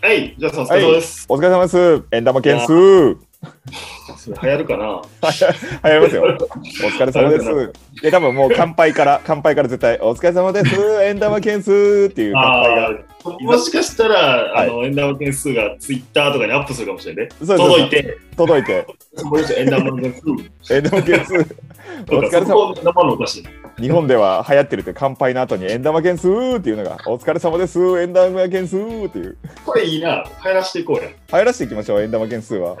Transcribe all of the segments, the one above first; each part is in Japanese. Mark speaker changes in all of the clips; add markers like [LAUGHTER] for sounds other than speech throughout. Speaker 1: はい、じゃあさ、お疲れ様です。
Speaker 2: お疲れ様です。エン玉件数。
Speaker 1: それ流行るかな
Speaker 2: [LAUGHS] 流行りますよ。お疲れ様です。
Speaker 1: [LAUGHS]
Speaker 2: いや、多分もう乾杯から、乾杯から絶対、お疲れ様です。エン玉件数っていう乾杯
Speaker 1: あ
Speaker 2: が。
Speaker 1: ーもしかしたら、あの、エンダー件数がツイッターとかにアップするかもしれないね。
Speaker 2: そうそうそう
Speaker 1: 届いて、
Speaker 2: 届いて、
Speaker 1: そこでエンダー件数
Speaker 2: エン
Speaker 1: [LAUGHS]
Speaker 2: 玉件数。お
Speaker 1: と
Speaker 2: 疲
Speaker 1: か、そ
Speaker 2: れ様。
Speaker 1: こ生のお菓子。
Speaker 2: 日本では流行ってるって乾杯の後にエン玉件数っていうのが、お疲れ様です。エン玉件数っていう。
Speaker 1: これいいな、流行らしてい
Speaker 2: [LAUGHS]
Speaker 1: こうや。
Speaker 2: 流行らしていきましょう、エン玉件数は。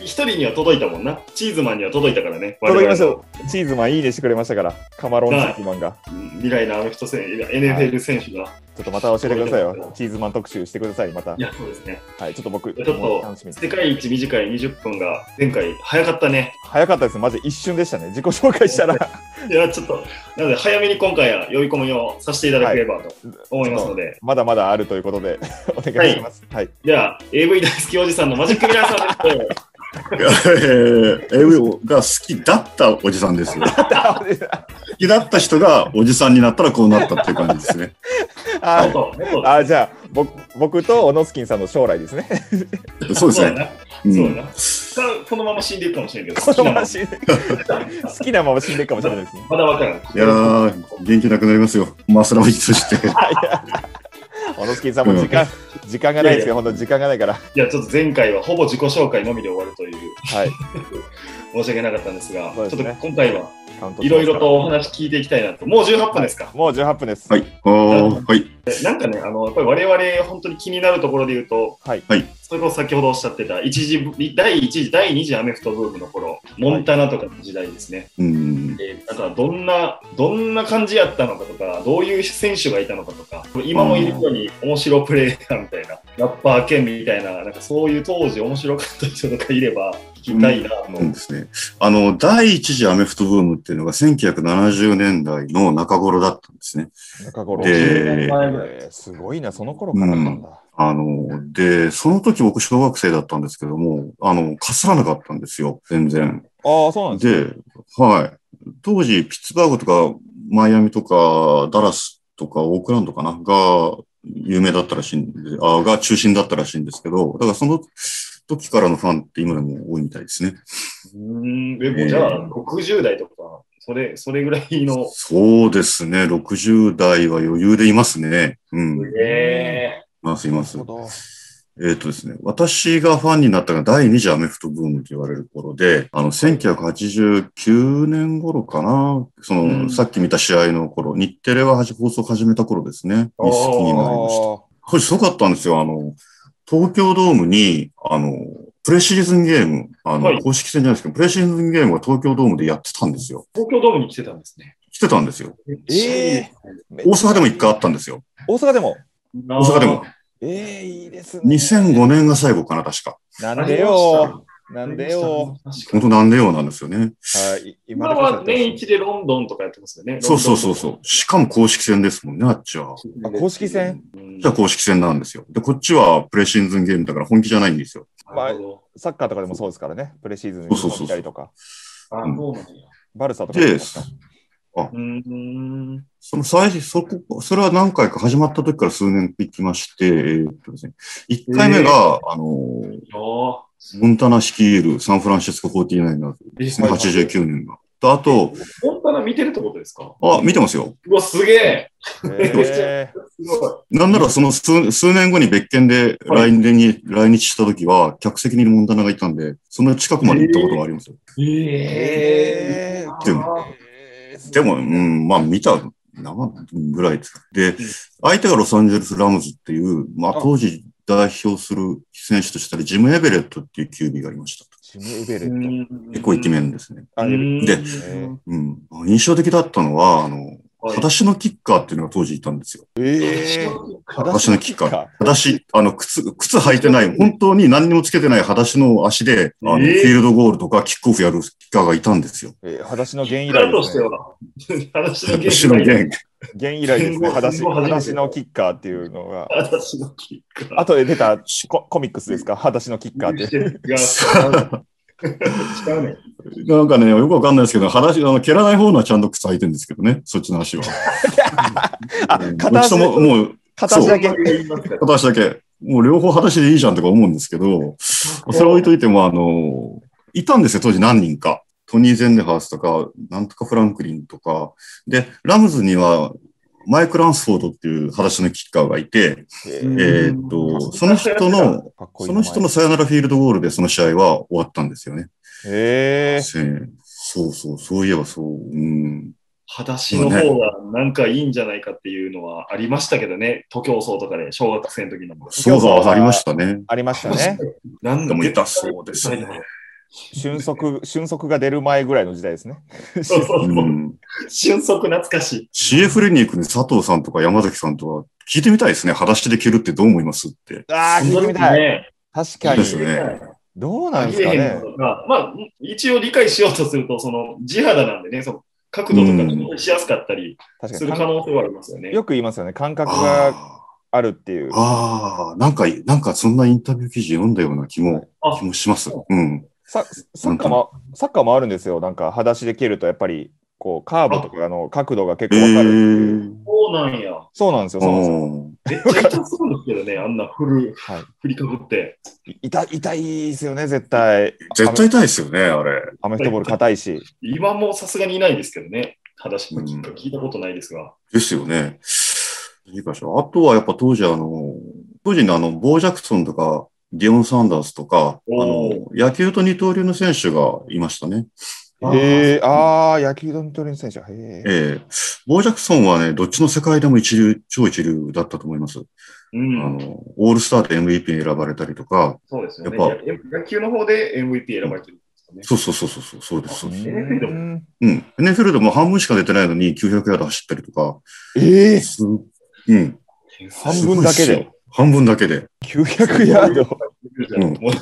Speaker 1: 一人には届いたもんな。チーズマンには届いたからね。
Speaker 2: 届きまし
Speaker 1: 我々
Speaker 2: ょう。チーズマンいいねしてくれましたから、カマロンチーズマンが。
Speaker 1: の未来のアメフト選手、NFL 選手が。
Speaker 2: ちょっとまた教えてください
Speaker 1: そう
Speaker 2: よ。チーズマン特集してください、また
Speaker 1: い。や、そうですね。
Speaker 2: はい、ちょっと僕、
Speaker 1: ちょっ
Speaker 2: もう楽
Speaker 1: と、
Speaker 2: しみです
Speaker 1: 世界一短い20分が前回早かったね。
Speaker 2: 早かったです、マジ一瞬でしたね。自己紹介したら、
Speaker 1: いや、ちょっと、なので早めに今回は呼び込みをさせていただければと思いますので、
Speaker 2: まだまだあるということで、 [LAUGHS] お願いします。はい、
Speaker 1: では、AV 大好きおじさんのマジックミラーさんです。
Speaker 3: えー、AV が好きだったおじさんです。好きだった人がおじさんになったらこうなったっていう感じですね。
Speaker 2: あ
Speaker 1: 元元
Speaker 2: あ、じゃあ、僕僕とオノスキンさんの将来ですね。
Speaker 3: そうで
Speaker 1: そう
Speaker 3: す
Speaker 1: だ
Speaker 3: ね。
Speaker 1: な。
Speaker 3: う
Speaker 1: そうだ
Speaker 3: ん、
Speaker 1: な。さこのまま死んでいくかもしれんけど、
Speaker 2: こ
Speaker 1: 好き
Speaker 2: の
Speaker 1: な
Speaker 2: ま
Speaker 1: ま
Speaker 2: ま死んで [LAUGHS] 好きなまま死んでいくかもしれないですね。
Speaker 1: まだわからん。
Speaker 3: いやー、元気なくなりますよ。マスラを一
Speaker 1: [LAUGHS]
Speaker 3: として。
Speaker 2: オノスキンさんも時間、時間がないですよ、ほんと時間がないから。
Speaker 1: いや、ちょっと前回はほぼ自己紹介のみで終わるという、
Speaker 2: はい、
Speaker 1: 申し訳なかったんですが、
Speaker 2: そうです
Speaker 1: ち
Speaker 2: ね
Speaker 1: ょっと今回は
Speaker 2: カウント
Speaker 1: いろいろとお話聞いていきたいなと。もう18分ですか。
Speaker 2: もう18分です。
Speaker 3: はい。あーはい。
Speaker 1: でなんかね、あの、やっぱり我々本当に気になるところで言うと、
Speaker 2: はい
Speaker 3: はい
Speaker 1: それこそ先ほどおっしゃってた、一時、第1次、第2次アメフトブームの頃、モンタナとかの時代ですね。
Speaker 3: うん。
Speaker 1: えー、なんかどんなどんな感じやったのかとかどういう選手がいたのかとか今もいるように面白プレイヤーみたいなラッパー兼みたいななんかそういう当時面白かった人とかいれば聞きたいなと、
Speaker 3: そうですね。あの、第一次アメフトブームっていうのが1970年代の中頃だったんですね。
Speaker 2: 中頃。
Speaker 3: で
Speaker 2: えーすごいな、その頃からなんだ。
Speaker 3: あの、で、その時僕小学生だったんですけども、あの、かすらなかったんですよ。全然。
Speaker 2: ああ、そうなんですね。
Speaker 3: で、はい。当時、ピッツバーグとか、マイアミとか、ダラスとか、オークランドかなが、有名だったらしいんで、あが中心だったらしいんですけど、だからその時からのファンって今でも多いみたいですね。
Speaker 1: うーんでもじゃあ60代とかそれそれぐらいの
Speaker 3: そうですね。60代は余裕でいますね。うん。い
Speaker 1: え
Speaker 3: ます、います
Speaker 2: なる。ほど
Speaker 3: えっ、とですね、私がファンになったのが第2次アメフトブームと言われる頃で、あの、1989年頃かな、その、
Speaker 1: うん
Speaker 3: さっき見た試合の頃、日テレははじ放送始めた頃ですね、
Speaker 1: あー
Speaker 3: に好きになりました。これすごかったんですよ、あの、東京ドームに、あの、プレシーズンゲーム、あの、
Speaker 1: はい
Speaker 3: 公式戦じゃないですけど、プレシーズンゲームは東京ドームでやってたんですよ。
Speaker 1: 東京ドームに来てたんですね
Speaker 3: 来てたんですよ。
Speaker 2: え
Speaker 3: 大阪でも一回あったんですよ。
Speaker 2: 大阪でも。
Speaker 1: 大
Speaker 3: 大阪でも。
Speaker 2: ええいいですね。
Speaker 3: 2005年が最後かな、確か。
Speaker 2: なんでよなんでよ
Speaker 3: 本当なんでようなんですよね。
Speaker 2: はい、
Speaker 1: 今
Speaker 2: でこそや
Speaker 1: は
Speaker 2: ってます
Speaker 1: 年一でロンドンとかやってますよね
Speaker 3: そうそうそうそう。しかも公式戦ですもんね、あっちは。
Speaker 1: う
Speaker 2: あ公式戦
Speaker 3: じゃあ公式戦なんですよ。で、こっちはプレシーズンゲームだから本気じゃないんですよ。
Speaker 1: なるほど
Speaker 2: サッカーとかでもそうですからね、プレシーズンに来たりとか、
Speaker 1: あ
Speaker 3: うん
Speaker 1: そうなんや
Speaker 2: バルサとか
Speaker 3: で、
Speaker 2: す
Speaker 3: そ
Speaker 2: か
Speaker 1: うーん。
Speaker 3: の最初、そこ、それは何回か始まった時から数年行きまして、えーっとですね、1回目が、あのー、
Speaker 1: よ
Speaker 3: モンタナ率いるサンフランシスコ 49ers なんですね、
Speaker 1: はい
Speaker 3: 89年が。とあと、
Speaker 1: ー本当な見てるってことですか
Speaker 3: あ、見てますよ。
Speaker 1: うわ、すげえ
Speaker 2: え
Speaker 1: すごい。
Speaker 3: なんならその数数年後に別件で
Speaker 1: はい
Speaker 3: 来年に、来日した時は、客席にモンタナがいたんで、その近くまで行ったことがありますよ。
Speaker 2: え
Speaker 3: でもでも、うん、まあ見た生ぐらいです。で、相手がロサンゼルス・ラムズっていう、まあ
Speaker 2: あ
Speaker 3: 当時代表する選手としたらジム・エベレットっていう QB がいました。
Speaker 2: ジム・ウベ
Speaker 1: う
Speaker 2: ルト。
Speaker 1: ん
Speaker 3: 結構イケメンですね。
Speaker 2: あ、エベ
Speaker 3: で
Speaker 1: うん
Speaker 3: うん。印象的だったのは、あの、
Speaker 1: はい
Speaker 3: 裸足のキッカーっていうのが当時いたんですよ。
Speaker 2: え
Speaker 3: 裸足のキッカー。
Speaker 2: ー。
Speaker 3: 裸足、あの、靴、靴履いてない、本当に何にもつけてない裸足の足で、あの、
Speaker 1: えー
Speaker 3: フィールドゴールとかキックオフやるキッカーがいたんですよ。
Speaker 2: えー、裸足の原以
Speaker 1: だ
Speaker 2: 来
Speaker 1: と
Speaker 2: で
Speaker 1: し
Speaker 2: す
Speaker 1: て
Speaker 2: ね。
Speaker 1: は、話の
Speaker 3: 私の
Speaker 1: 原因。
Speaker 3: ゲーム。
Speaker 2: 原以来ですね。裸足
Speaker 1: 戦後初めて
Speaker 2: 裸足のキッカーっていうのが。
Speaker 1: 話のキッカー。
Speaker 2: あとで出たココミックスですか裸足のキッカーって。
Speaker 1: 違う。違うね。
Speaker 3: なんかね、よくわかんないですけど、裸足、あの、蹴らない方のはちゃんと靴履いてるんですけどね、そっちの足は。
Speaker 2: あ、
Speaker 3: うんど
Speaker 2: 片
Speaker 3: っち
Speaker 2: 足
Speaker 3: とも、もう、
Speaker 2: 片足だけ。
Speaker 1: 言いますから
Speaker 3: 片足だけ。もう両方裸足でいいじゃんとか思うんですけど、それ置いといても、あの、いたんですよ、当時何人か。トニー・ゼンデハースとか、なんとかフランクリンとか。で、ラムズには、マイク・ランスフォードっていう裸足のキッカーがいて、
Speaker 1: うん
Speaker 3: えーっと、その人の、
Speaker 2: かっこいい
Speaker 3: そ
Speaker 2: 名
Speaker 3: の
Speaker 2: 前
Speaker 3: 人のサヨナラフィールドゴールでその試合は終わったんですよね。
Speaker 2: へえ。
Speaker 3: せそうそう、そういえばそう。うん。
Speaker 1: 裸足の方がなんかいいんじゃないかっていうのはありましたけどね、徒競走とかで小学生の時のも。
Speaker 3: そうそう、ありましたね。
Speaker 2: ありましたね。
Speaker 1: なん
Speaker 3: でも痛そうですね。
Speaker 2: 俊足、俊足が出る前ぐらいの時代ですね。
Speaker 1: そうそう
Speaker 3: う
Speaker 1: そう。
Speaker 3: ん、
Speaker 1: [LAUGHS] 瞬足懐かしい。
Speaker 3: CF レニークに佐藤さんとか山崎さんとか聞いてみたいですね。裸足で蹴るってどう思いますって。
Speaker 2: ああ、聞いてみたい。
Speaker 1: ね。
Speaker 2: 確か
Speaker 3: いい
Speaker 2: に
Speaker 3: で。すね。
Speaker 2: どうな
Speaker 1: あ
Speaker 2: んで
Speaker 1: り
Speaker 2: すか
Speaker 1: えへん
Speaker 2: ね
Speaker 1: こ。とが、まあ、一応理解しようとすると、その地肌なんでね、その角度とか調整しやすかったり
Speaker 2: 確
Speaker 1: す
Speaker 2: か
Speaker 1: る
Speaker 2: に
Speaker 1: 可能性はありますよね。
Speaker 2: よく言いますよね。感覚が
Speaker 3: あ
Speaker 2: あるっていう
Speaker 3: ー。あー、なんか、なんかそんなインタビュー記事読んだような気も
Speaker 1: あ、
Speaker 3: 気もします。うん。
Speaker 2: ササッカーも、サッカーもあるんですよ。なんか、裸足で蹴ると、やっぱり、こう、カーブとかの角度が結
Speaker 3: え
Speaker 2: 構わかるっていう。
Speaker 3: ー。
Speaker 1: そうなんや。
Speaker 2: そうなんですよ。そうなんですよ。
Speaker 3: おー
Speaker 1: めっちゃ痛そうですけどね、あんな振る、
Speaker 2: はい
Speaker 1: 振りかぶって。
Speaker 2: い痛い痛いですよね、絶対。
Speaker 3: 絶対痛いですよね、あれ。
Speaker 2: アメフトボール硬いし。
Speaker 1: 今もさすがにいないですけどね、裸足のキック聞いたことないですが。
Speaker 3: ですよね。いいかしら。あとはやっぱ当時あの、当時のあの、ボー・ジャクソンとか、ディオン・サンダースとか、あ
Speaker 1: お
Speaker 3: の、野球と二刀流の選手がいましたね。
Speaker 1: あー
Speaker 2: へえ、ああ、野球の二刀流の選手。へえ。
Speaker 3: ええボー・ジャクソンはね、どっちの世界でも一流、超一流だったと思います。
Speaker 1: う
Speaker 3: あ
Speaker 1: ん、
Speaker 3: の、オールスターで MVP に選ばれたりとか、
Speaker 1: そうですよね。
Speaker 3: やっぱ
Speaker 1: 野野球の方で MVP 選ばれてるんですよね。
Speaker 3: そうそうそうそうそう、そうです。そう
Speaker 2: う
Speaker 3: です
Speaker 2: ん
Speaker 3: うん。NFL でも半分しか出てないのに900ヤード走ったりとか、
Speaker 2: ええ、
Speaker 3: すうん。
Speaker 1: 天才
Speaker 2: 半分だけ
Speaker 3: すごいっす
Speaker 2: で
Speaker 3: よ。半分だけで。
Speaker 2: 900ヤード。
Speaker 1: じゃん
Speaker 3: うん
Speaker 1: もう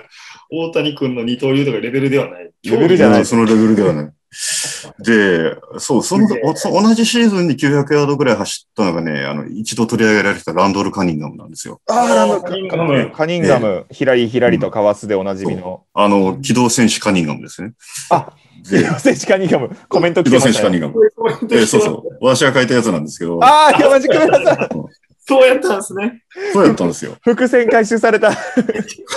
Speaker 1: [LAUGHS] 大谷君の二刀流とかレベルではない。
Speaker 2: レベルじゃない
Speaker 3: うんそのレベルではない。で、そう、その、
Speaker 1: すげえ
Speaker 3: おそ同じシーズンに900ヤードぐらい走ったのがね、あの、一度取り上げられてたランドル・カニンガムなんですよ。
Speaker 2: ああ、ランド
Speaker 1: カニンガム
Speaker 2: カニンガム、ひらりひらりとかわすでおなじみの。
Speaker 3: あの、機動戦士カニンガムですね。
Speaker 2: あ、
Speaker 3: で、
Speaker 2: [LAUGHS] 選手カニンガム、コメント
Speaker 3: 機
Speaker 2: 来て
Speaker 3: 動
Speaker 2: ま
Speaker 3: 戦
Speaker 2: し
Speaker 3: 士
Speaker 2: た
Speaker 3: カ
Speaker 2: よ。
Speaker 3: ニンガム。えーそうそう。私が書いたやつなんですけど、
Speaker 2: ああ、山地君ださん、
Speaker 1: そうやったんですね。
Speaker 3: そうやったんですよ。
Speaker 2: 伏線回収され [LAUGHS] た。う
Speaker 3: そ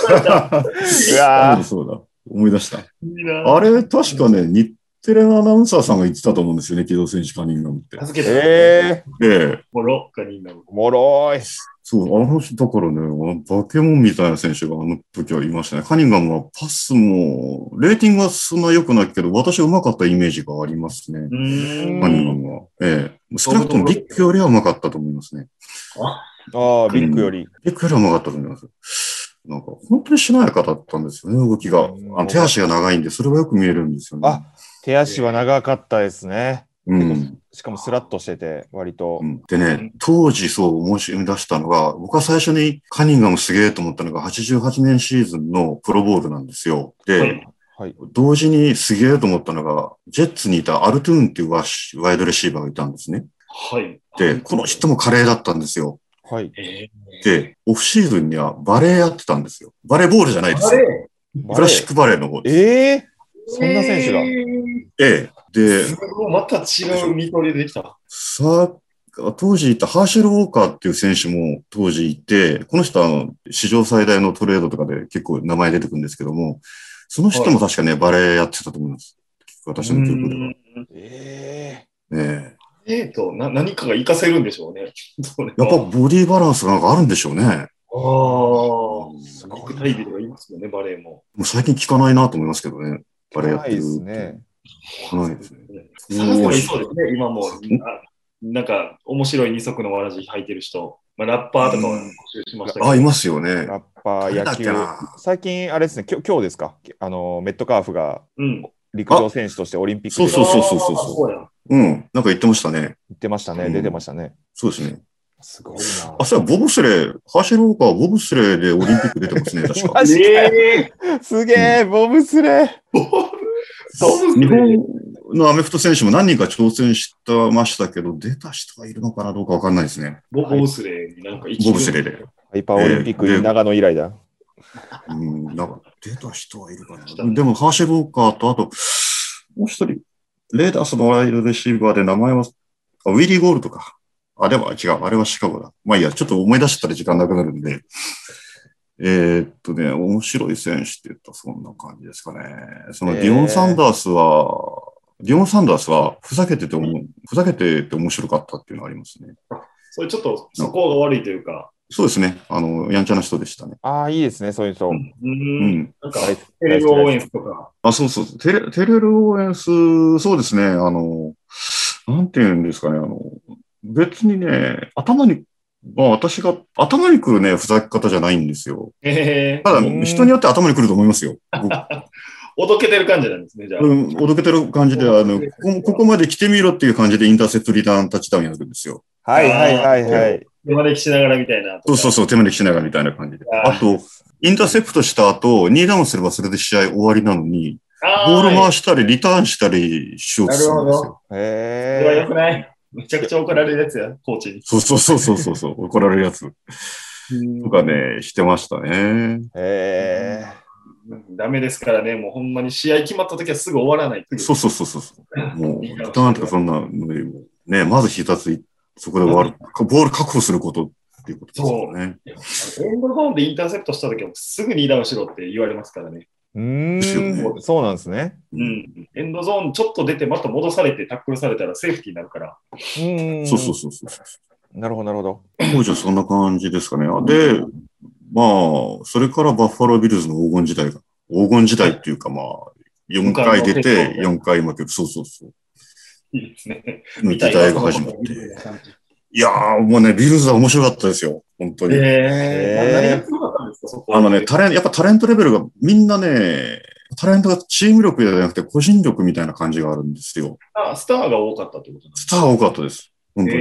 Speaker 3: う
Speaker 2: わ
Speaker 3: だ、そうだ。思い出した。
Speaker 1: いいな
Speaker 3: あれ、確かね、日テレのアナウンサーさんが言ってたと思うんですよね、機動戦士カニンガムって。
Speaker 1: 助けて。
Speaker 2: [LAUGHS] ええ、
Speaker 3: ええ
Speaker 1: もうロッカになる。
Speaker 2: おもろい。
Speaker 3: そう、あの人、だからね、あのバケモンみたいな選手があの時はいましたね。カニンガムはパスも、レーティングはそんな良くないけど、私は上手かったイメージがありますね。
Speaker 1: うーん
Speaker 3: カニンガムは。ええ。少なくともビッグよりは上手かったと思いますね。
Speaker 2: ああ、ビッグより。
Speaker 3: ビッグよりは上手かったと思います。なんか、本当にしなやかだったんですよね、動きが。あの手足が長いんで、それはよく見えるんですよね。
Speaker 2: あ、手足は長かったですね。
Speaker 3: うん。
Speaker 2: しかもスラッとしてて、割と
Speaker 3: う。んでね、当時そう思い出したのが、僕は最初にカニンガムすげえと思ったのが88年シーズンのプロボールなんですよ。で、
Speaker 1: はい
Speaker 2: はい。
Speaker 3: 同時にすげえと思ったのが、ジェッツにいたアルトゥーンっていうワシワイドレシーバーがいたんですね。
Speaker 1: はい。
Speaker 3: で、この人もカレーだったんですよ。
Speaker 2: はい。
Speaker 1: え
Speaker 3: で、オフシーズンにはバレーやってたんですよ。バレーボールじゃないで
Speaker 1: ー、あ
Speaker 3: すよ。
Speaker 1: れ
Speaker 3: クラシックバレーの方で
Speaker 2: ええそんな選手が
Speaker 1: え
Speaker 3: ええ。で
Speaker 1: ー、すごいまた違う二刀流できた。
Speaker 3: さあ、当時いたハーシェル・ウォーカーっていう選手も当時いて、この人はあの史上最大のトレードとかで結構名前出てくるんですけども、その人も確かね、バレーやってたと思います。私の記憶では。
Speaker 2: え
Speaker 3: え
Speaker 1: えーとな、何かが活かせるんでしょうね。それ
Speaker 3: え。や
Speaker 1: は
Speaker 3: っぱボディバランスがなんかあるんでしょうね。
Speaker 1: ああ。
Speaker 2: えすご
Speaker 1: 肉
Speaker 2: い
Speaker 1: 体
Speaker 2: な。
Speaker 1: 美とか言いますよね、バレーも。
Speaker 3: もう最近聞かないなと思いますけどね。バレーやっ
Speaker 2: な
Speaker 3: て
Speaker 2: いで
Speaker 3: る。
Speaker 2: すね。
Speaker 3: 聞かないですね。うん
Speaker 1: 探せばいそうですね、今も。あなんか、面白い二足のわらじ履いてる人。まあ、ラッパーとかは募集しましたけど。
Speaker 3: あ、いますよね。
Speaker 2: ラッパ
Speaker 3: 誰
Speaker 2: ー、
Speaker 3: だ
Speaker 2: 野
Speaker 3: っけ
Speaker 2: 球。
Speaker 3: な。
Speaker 2: 最近、あれですね、きょ今日ですか。あの、メットカーフが
Speaker 1: うん。
Speaker 2: 陸上選手としてオリンピック
Speaker 3: あ
Speaker 2: に
Speaker 3: そうそうそうそう
Speaker 1: あーそうや。
Speaker 3: うん。なんか言ってましたね。
Speaker 2: 行ってましたね。
Speaker 3: うん
Speaker 2: 出てましたね。
Speaker 3: そうですね。
Speaker 2: すごい
Speaker 3: あ、そうやボブスレー、ハーシェル・ウォーカーはボブスレーでオリンピック出てますね、
Speaker 2: [LAUGHS]
Speaker 3: 確か
Speaker 2: マ。ジかよ
Speaker 1: え
Speaker 2: な。すげえ、ボブスレー。
Speaker 1: そう
Speaker 3: 日本のアメフト選手も何人か挑戦してましたけど、出た人がいるのかなどうかわかんないですね。
Speaker 1: ボボブスレーになんか一
Speaker 3: ボブスレーで。
Speaker 2: ハイパーオリンピック、長野以来だ。
Speaker 3: うん、なんか出た人はいるかな。でも、ハーシェル・ウォーカーと、あと、もう一人、レーダースのワイルドレシーバーで名前は、あウィリー・ゴールドか。あ、でも違う。あれはシカゴだ。まあいいや、ちょっと思い出したら時間なくなるんで。えーっとね、面白い選手って言ったらそんな感じですかね。その
Speaker 2: えー
Speaker 3: ディオン・サンダースは、ディオン・サンダースはふざけてて思う、ふざけてて面白かったっていうのはありますね。
Speaker 1: それちょっとそこが悪いというか、
Speaker 3: そうですね。あの、やんちゃな人でしたね。
Speaker 2: ああ、いいですね、そういう人。
Speaker 1: う、
Speaker 3: うんん。
Speaker 1: なんか、
Speaker 2: 大好き
Speaker 1: テレビ応援とか、
Speaker 3: あ、そうそう。テレ、テレル・オーエンス、そうですね。あの、なんて言うんですかね。あの、別にね、頭に、まあ私が、頭に来るね、ふざけ方じゃないんですよ。
Speaker 1: えー、
Speaker 3: ただ
Speaker 2: う、ん
Speaker 3: 人によって頭に来ると思いますよ。
Speaker 1: [LAUGHS]
Speaker 3: 僕
Speaker 1: おどけてる感じなんですね、じゃあ。
Speaker 3: うん、おどけてる感じで、あの、ここここまで来てみろっていう感じでインターセプトリターンタッチダウンやるんですよ。
Speaker 2: はいはいはいはい。
Speaker 1: 手招きしながらみたいなとか。
Speaker 3: そうそうそう、手招きしながらみたいな感じで。
Speaker 1: あー
Speaker 3: あと、インターセプトした後、2ダウンすればそれで試合終わりなのに、
Speaker 1: あ
Speaker 3: ボール
Speaker 1: は
Speaker 3: 回したり、リターンしたりしようとするんですよ。
Speaker 1: それは良
Speaker 2: へ
Speaker 1: くないめちゃくちゃ怒られるやつや、コーチに。
Speaker 3: そうそうそうそうそうそう、怒られるやつとかね、してましたね。
Speaker 2: え。へ
Speaker 1: うんダメですからね、もうほんまに試合決まった時はすぐ終わらない。
Speaker 3: そうそうそうそうそう。もう、リターンとかそんなのよりも、ね、まず引いたつい、そこで終わる。ボール確保することっていうことですよね。
Speaker 1: エンドホーンでインターセプトした時はすぐにダウンしろって言われますからね。
Speaker 2: え。う
Speaker 3: ですよ
Speaker 2: ーん、そうなんですね。
Speaker 1: う。ん。エンドゾーンちょっと出てまた戻されてタックルされたらセーフティーになるから。
Speaker 2: うん。
Speaker 3: そうそうそうそう。
Speaker 2: なるほど、なるほど。
Speaker 3: 当時はそんな感じですかね。で、まあ、それからバッファロービルズの黄金時代が、黄金時代っていうかまあ、4回出て、4回負ける。そうそうそう。
Speaker 1: いいですね。
Speaker 3: 時代が始まって。
Speaker 1: え
Speaker 3: いやー、もうね、ビルズは面白かったですよ。本当に。
Speaker 1: え
Speaker 2: えー
Speaker 1: 何が強かったんですか、そこ
Speaker 3: あのね、タレンやっぱタレントレベルがみんなね、タレントがチーム力じゃなくて個人力みたいな感じがあるんですよ。
Speaker 1: あスターが多かったってことなんで
Speaker 3: スター多かったです。本当に。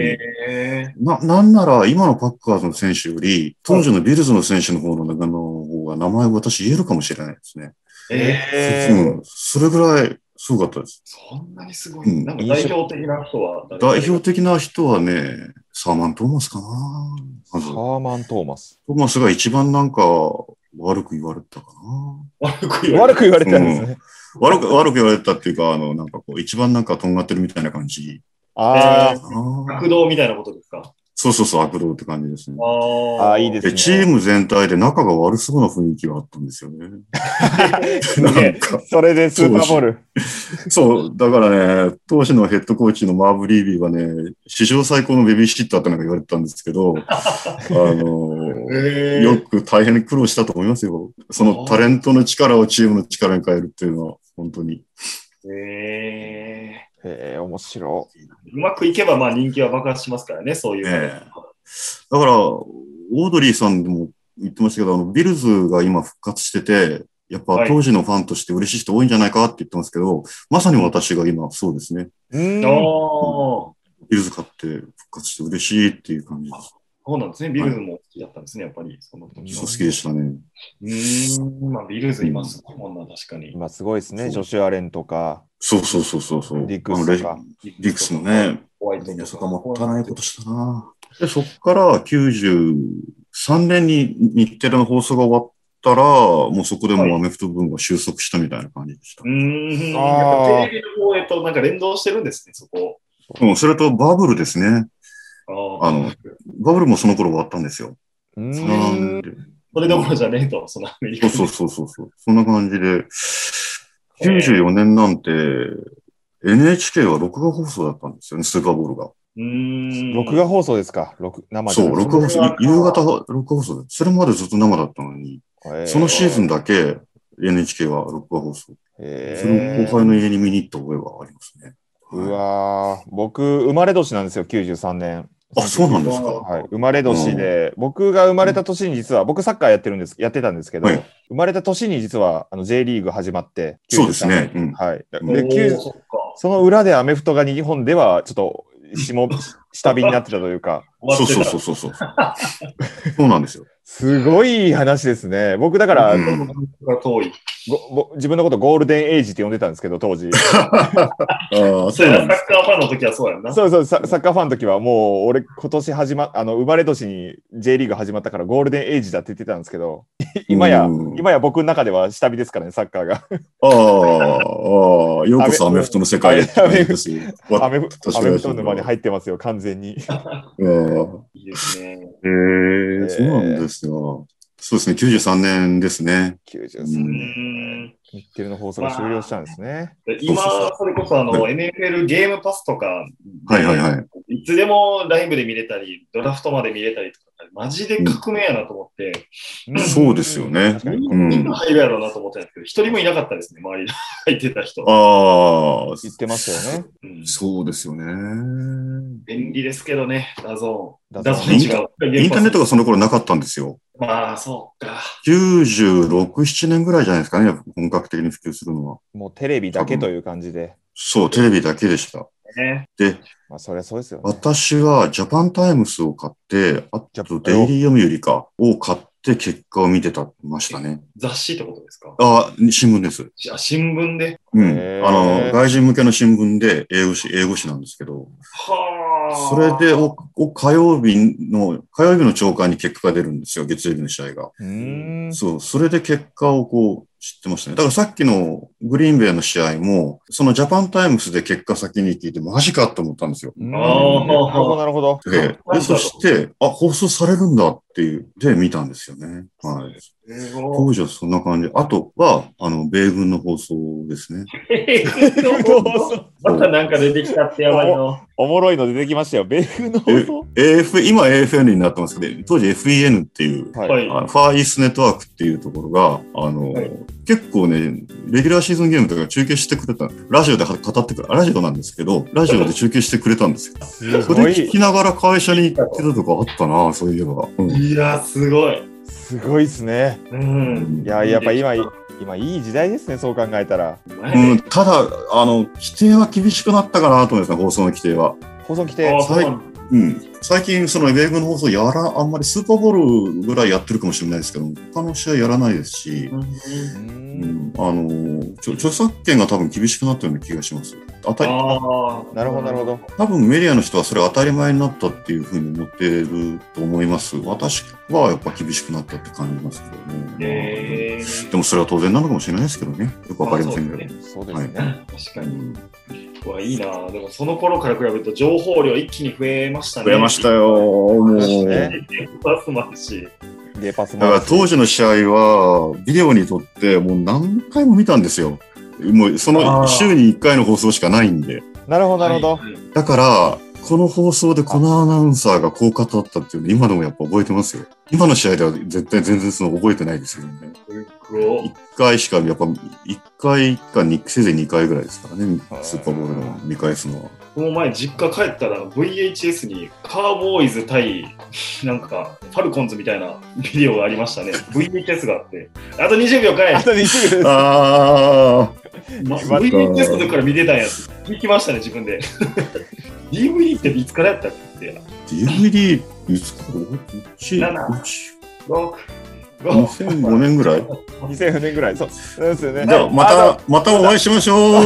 Speaker 1: え
Speaker 3: な、なんなら、今のパッカーズの選手より、当時のビルズの選手の方の中の方が名前を私言えるかもしれないですね。
Speaker 1: ーえー
Speaker 2: え
Speaker 3: うん。それぐらい、すごかったです。
Speaker 1: そんなにすご
Speaker 3: う
Speaker 1: い。
Speaker 3: ん
Speaker 1: なんか代表的な人は誰
Speaker 3: 代表的な人はね、サーマン・トーマスかなま
Speaker 2: ハ
Speaker 3: ず、ト
Speaker 2: ーマン・トーマス。
Speaker 3: ーマスが一番なんか、悪く言われたかな
Speaker 1: 悪く言われ
Speaker 2: 悪
Speaker 1: る
Speaker 2: く言われてたんですね。
Speaker 3: 悪く、悪く言われたっていうか、あの、なんかこう、一番なんかとんがってるみたいな感じ
Speaker 2: あ
Speaker 1: え
Speaker 2: ー
Speaker 1: ー
Speaker 3: かな
Speaker 1: 悪道みたいなことですか。
Speaker 3: そうそうそう、悪道って感じですね。
Speaker 1: あ
Speaker 2: あーいいです
Speaker 3: で、チーム全体で仲が悪そうな雰囲気があったんです
Speaker 1: [LAUGHS]
Speaker 3: よね。なんか、
Speaker 2: それでスーパーボール。
Speaker 3: そう、だからね、当時のヘッドコーチのマーブ・リービーはね、史上最高のベビーシッターってなんか言われてたんですけど、あの、
Speaker 1: え
Speaker 3: よく大変に苦労したと思いますよ。そのタレントの力をチームの力に変えるっていうのは、本当に。
Speaker 1: え
Speaker 2: へえ、面白い。
Speaker 1: ーうまくいけばまあ人気は爆発しますからね、そういうの
Speaker 3: ええだから、オードリーさんでも言ってましたけど、あの、ビルズが今復活してて、やっぱ当時のファンとして嬉しい人多いんじゃないかって言ってますけど、まさに私が今、そうですね。
Speaker 2: うーん。
Speaker 1: ああ、
Speaker 3: ビルズ買って復活して嬉しいっていう感じです。
Speaker 1: そうなんですね。ビルズも好きだったんですね、やっぱり。その時
Speaker 2: うん
Speaker 3: そう好きでしたね。
Speaker 1: うーん、まあビルズ今すごいもんな、確かに。
Speaker 2: 今すごいです
Speaker 3: そ
Speaker 2: ね。
Speaker 3: う
Speaker 2: ジョシュアレンとか、
Speaker 3: そうそうそうそうそう。
Speaker 2: ディックスとか
Speaker 3: あのレ。ディックスのね、
Speaker 1: ホワイト
Speaker 3: いや
Speaker 1: と
Speaker 3: そこ
Speaker 1: か。
Speaker 3: はもったいないことしたな。で、そっから93年に日テレの放送が終わったら、もうそこでもうアメフト文が収束したみたいな感じでした
Speaker 1: う。ーん、
Speaker 2: あー
Speaker 1: やっぱテレビの放映となんか連動してるんですね、そこ。
Speaker 3: うん、それとバブルですね。
Speaker 1: あ
Speaker 3: あ
Speaker 1: の
Speaker 3: の、バブルもその頃終わったんですよ。
Speaker 2: う
Speaker 3: そ
Speaker 2: ー
Speaker 3: んな感
Speaker 2: ん。
Speaker 3: じで
Speaker 1: それどころじゃねえと、そのアメリカで
Speaker 3: そうそうそうそう。そんな感じで、94年なんて、NHK は録画放送だったんですよね、スーパーボールが。
Speaker 1: うーん。
Speaker 2: 録画放送ですか。録生じゃ
Speaker 3: そ
Speaker 2: な
Speaker 3: う、
Speaker 2: くて
Speaker 3: 録画放
Speaker 1: それは
Speaker 3: 送、夕方録画放送で、それまでずっと生だったのに、
Speaker 2: へえ
Speaker 3: そのシーズンだけ NHK は録画放送。それを
Speaker 2: へ
Speaker 3: 後輩の家に見に行った覚えがありますね。
Speaker 2: ーうわー僕、生まれ年なんですよ、93年。
Speaker 3: あ、そうなんですか。
Speaker 1: うわ
Speaker 2: はい、生まれ年で、僕が生まれた年に実は、僕サッカーやってるんです、やってたんですけど、
Speaker 3: はい
Speaker 2: 生まれた年に実はあの J リーグ始まって、
Speaker 3: そうですね
Speaker 2: 93年
Speaker 3: うん
Speaker 2: はい。で、
Speaker 1: おー
Speaker 2: 90
Speaker 1: そっか
Speaker 2: その裏でアメフトが日本ではちょっと [LAUGHS] 下下火になってたというか、
Speaker 1: 終わ
Speaker 3: そ
Speaker 1: っ
Speaker 3: う
Speaker 1: てた
Speaker 2: [LAUGHS]
Speaker 3: そうそうそうそう。そうなんですよ。
Speaker 2: すごい話ですね。僕だから、
Speaker 3: うん
Speaker 1: が遠い。
Speaker 2: ごご自分のことゴールデンエイジって呼んでたんですけど、
Speaker 3: [LAUGHS]
Speaker 2: 当時。
Speaker 3: ああ、
Speaker 1: そ
Speaker 3: そうう
Speaker 1: や
Speaker 3: な
Speaker 1: な、
Speaker 3: ん
Speaker 1: サ
Speaker 3: で
Speaker 1: ッカーファンの時はそうやんな。
Speaker 2: そうそう、ササッカーファンの時はもう、俺、今年始ま、あの、生まれ年に J リーグ始まったからゴールデンエイジだって言ってたんですけど、今や
Speaker 3: う、ん
Speaker 2: 今や僕の中では下火ですからね、サッカーが。
Speaker 3: ああ、ああ、ようこそアメフトの世界へって感じ [LAUGHS] ですよ。
Speaker 2: アメフ
Speaker 3: 私
Speaker 2: ア
Speaker 3: は
Speaker 2: メフトの沼に入ってますよ、完全に。 [LAUGHS]
Speaker 3: うん
Speaker 1: いいですね。
Speaker 3: へえ、そうなんですよ。そうですね、93年ですね。
Speaker 2: 93
Speaker 1: う
Speaker 2: 年。
Speaker 1: ん
Speaker 2: 日テレの放送が終了したんですね。
Speaker 1: で今、それこそあの、
Speaker 3: は
Speaker 1: NFL ゲームパスとか、
Speaker 3: はいはいはい。
Speaker 1: いつでもライブで見れたり、ドラフトまで見れたりとか、マジで革命やなと思って、
Speaker 2: ん
Speaker 3: そうですよね
Speaker 2: 確かに
Speaker 3: う
Speaker 1: みん
Speaker 3: ん。
Speaker 1: な
Speaker 3: あ
Speaker 1: 入るやろうなと思ったんですけど、一人もいなかったですね、周りに入ってた人。
Speaker 3: あ、
Speaker 2: 言ってましたよね。
Speaker 1: うん
Speaker 3: そうですよね。
Speaker 1: 便利ですけどね、ダゾーン。
Speaker 2: ダ
Speaker 1: ダ
Speaker 2: ゾ
Speaker 1: ゾ
Speaker 2: ー
Speaker 1: ー
Speaker 2: ン
Speaker 1: ン違う。
Speaker 3: インターネッ
Speaker 1: が。
Speaker 3: トがその頃なかったんですよ。
Speaker 1: まあ、そうか。
Speaker 3: 96、7年ぐらいじゃないですかね、本格的に普及するのは。
Speaker 2: もうテレビだけという感じで。
Speaker 3: そう、テレビだけでした。
Speaker 1: ね。
Speaker 3: で、
Speaker 2: まあ、そりゃそうですよね。
Speaker 3: 私はジャパンタイムスを買って、あ
Speaker 2: ジャパ
Speaker 3: と
Speaker 2: ン
Speaker 3: デイリー読売かを買って結果を見てた、ましたね。
Speaker 1: 雑誌ってことですか
Speaker 3: あ、新聞です。
Speaker 1: あ、新聞で。
Speaker 3: うん。
Speaker 2: へー
Speaker 3: あの、外人向けの新聞で英語紙、英語紙なんですけど、
Speaker 1: は
Speaker 3: それでお、お火曜日の、火曜日の朝刊に結果が出るんですよ、月曜日の試合が。
Speaker 2: うーん。
Speaker 3: そう、それで結果をこう知ってましたね。だからさっきのグリーンベイの試合も、そのジャパンタイムスで結果先に聞いて、マジかと思ったんですよ。
Speaker 2: うん
Speaker 1: あー
Speaker 2: なるほど、なるほど。
Speaker 3: で
Speaker 1: あ、
Speaker 3: でそして、あ、放送されるんだっていう、で見たんですよね。はい。
Speaker 1: [LAUGHS] すごい。
Speaker 3: 当時はそんな感じ。あとは、あの、米軍の放送ですね。
Speaker 1: またなんか出てきたってやばいの。
Speaker 2: おもろいの出てきましたよ。米軍の放送
Speaker 3: AF、今 AFN になってますけど、当時 FEN っていう、
Speaker 2: はい
Speaker 1: はい
Speaker 3: あのファーイーストネットワークっていうところが、あの、
Speaker 1: はい
Speaker 3: 結構ね、レギュラーシーズンゲームとか中継してくれた、ラジオでは語ってくれ、ラジオなんですけど、ラジオで中継してくれたんですよ。
Speaker 2: す
Speaker 3: そ
Speaker 2: ご
Speaker 3: れ聞
Speaker 2: い、
Speaker 3: きながら会社に行ってたとかあったな、そういえば。うん
Speaker 1: いや、すごい。
Speaker 2: すごいですね。
Speaker 1: うん。
Speaker 2: いや、やっぱ今
Speaker 1: いいで、
Speaker 2: 今いい時代ですね、そう考えたら。
Speaker 3: うん、ただ、あの、規定は厳しくなったかなと思いますね、放送の規定は。
Speaker 2: 放送来
Speaker 1: あ
Speaker 2: て
Speaker 1: あ、、そうなんだ
Speaker 3: うん。最近、その米軍の放送やら、あんまりスーパーボールぐらいやってるかもしれないですけど、他の試合やらないですし、
Speaker 2: うー
Speaker 3: うんん、あのーちょ、著作権が多分厳しくなったような気がします。当たり
Speaker 1: ああ
Speaker 2: なるほど、なるほ。ど。
Speaker 3: 多分メディアの人はそれ当たり前になったっていうふうに思ってると思います。私はやっぱ厳しくなったって感じますけどね。
Speaker 1: え
Speaker 3: でもそれは当然なのかもしれないですけどね。よくわかりませんけど。
Speaker 1: まあ
Speaker 2: そうです
Speaker 1: ー
Speaker 2: ね。
Speaker 1: 確か
Speaker 3: う
Speaker 1: に。
Speaker 3: ん
Speaker 1: うわ、いいな。でも、その頃から比べると、情報量一気に増えましたね。
Speaker 3: 増えました。よ。もう。
Speaker 2: ね
Speaker 3: だ
Speaker 1: パスもあるし。
Speaker 2: で、パスも。
Speaker 3: から当時の試合は、ビデオに撮ってもう何回も見たんですよ。もうそ
Speaker 1: あ
Speaker 3: の
Speaker 1: ー
Speaker 3: 週に1回の放送しかないんで。
Speaker 2: なるほど、なるほど。
Speaker 1: はい。
Speaker 3: だから、この放送でこのアナウンサーがこう語ったっていうの今でもやっぱ覚えてますよ。今の試合では絶対全然その覚えてないですけどね。
Speaker 1: すごい
Speaker 3: 1回しか、やっぱ1回かにせいぜい2回ぐらいですからね、スーパーボールの見返すのは。
Speaker 1: この前、実家帰ったら、VHS にカーボーイズ対、なんか、ファルコンズみたいなビデオがありましたね。VHS があって。あと20秒かい
Speaker 2: あ。と20秒です。
Speaker 3: あ
Speaker 1: ま、
Speaker 3: 決まった
Speaker 1: VHS の時から見てたんやつ。聞きましたね、自分で。DVD っていつからやったっけ
Speaker 3: あ DVD、いつか、うち、
Speaker 1: 七
Speaker 3: うち
Speaker 1: ?6、5、
Speaker 3: 2005年ぐらい
Speaker 2: 2004年ぐらい。そう。そうですよね。
Speaker 3: じゃあ、ま
Speaker 2: あの [LAUGHS]
Speaker 3: た、またお会いしましょう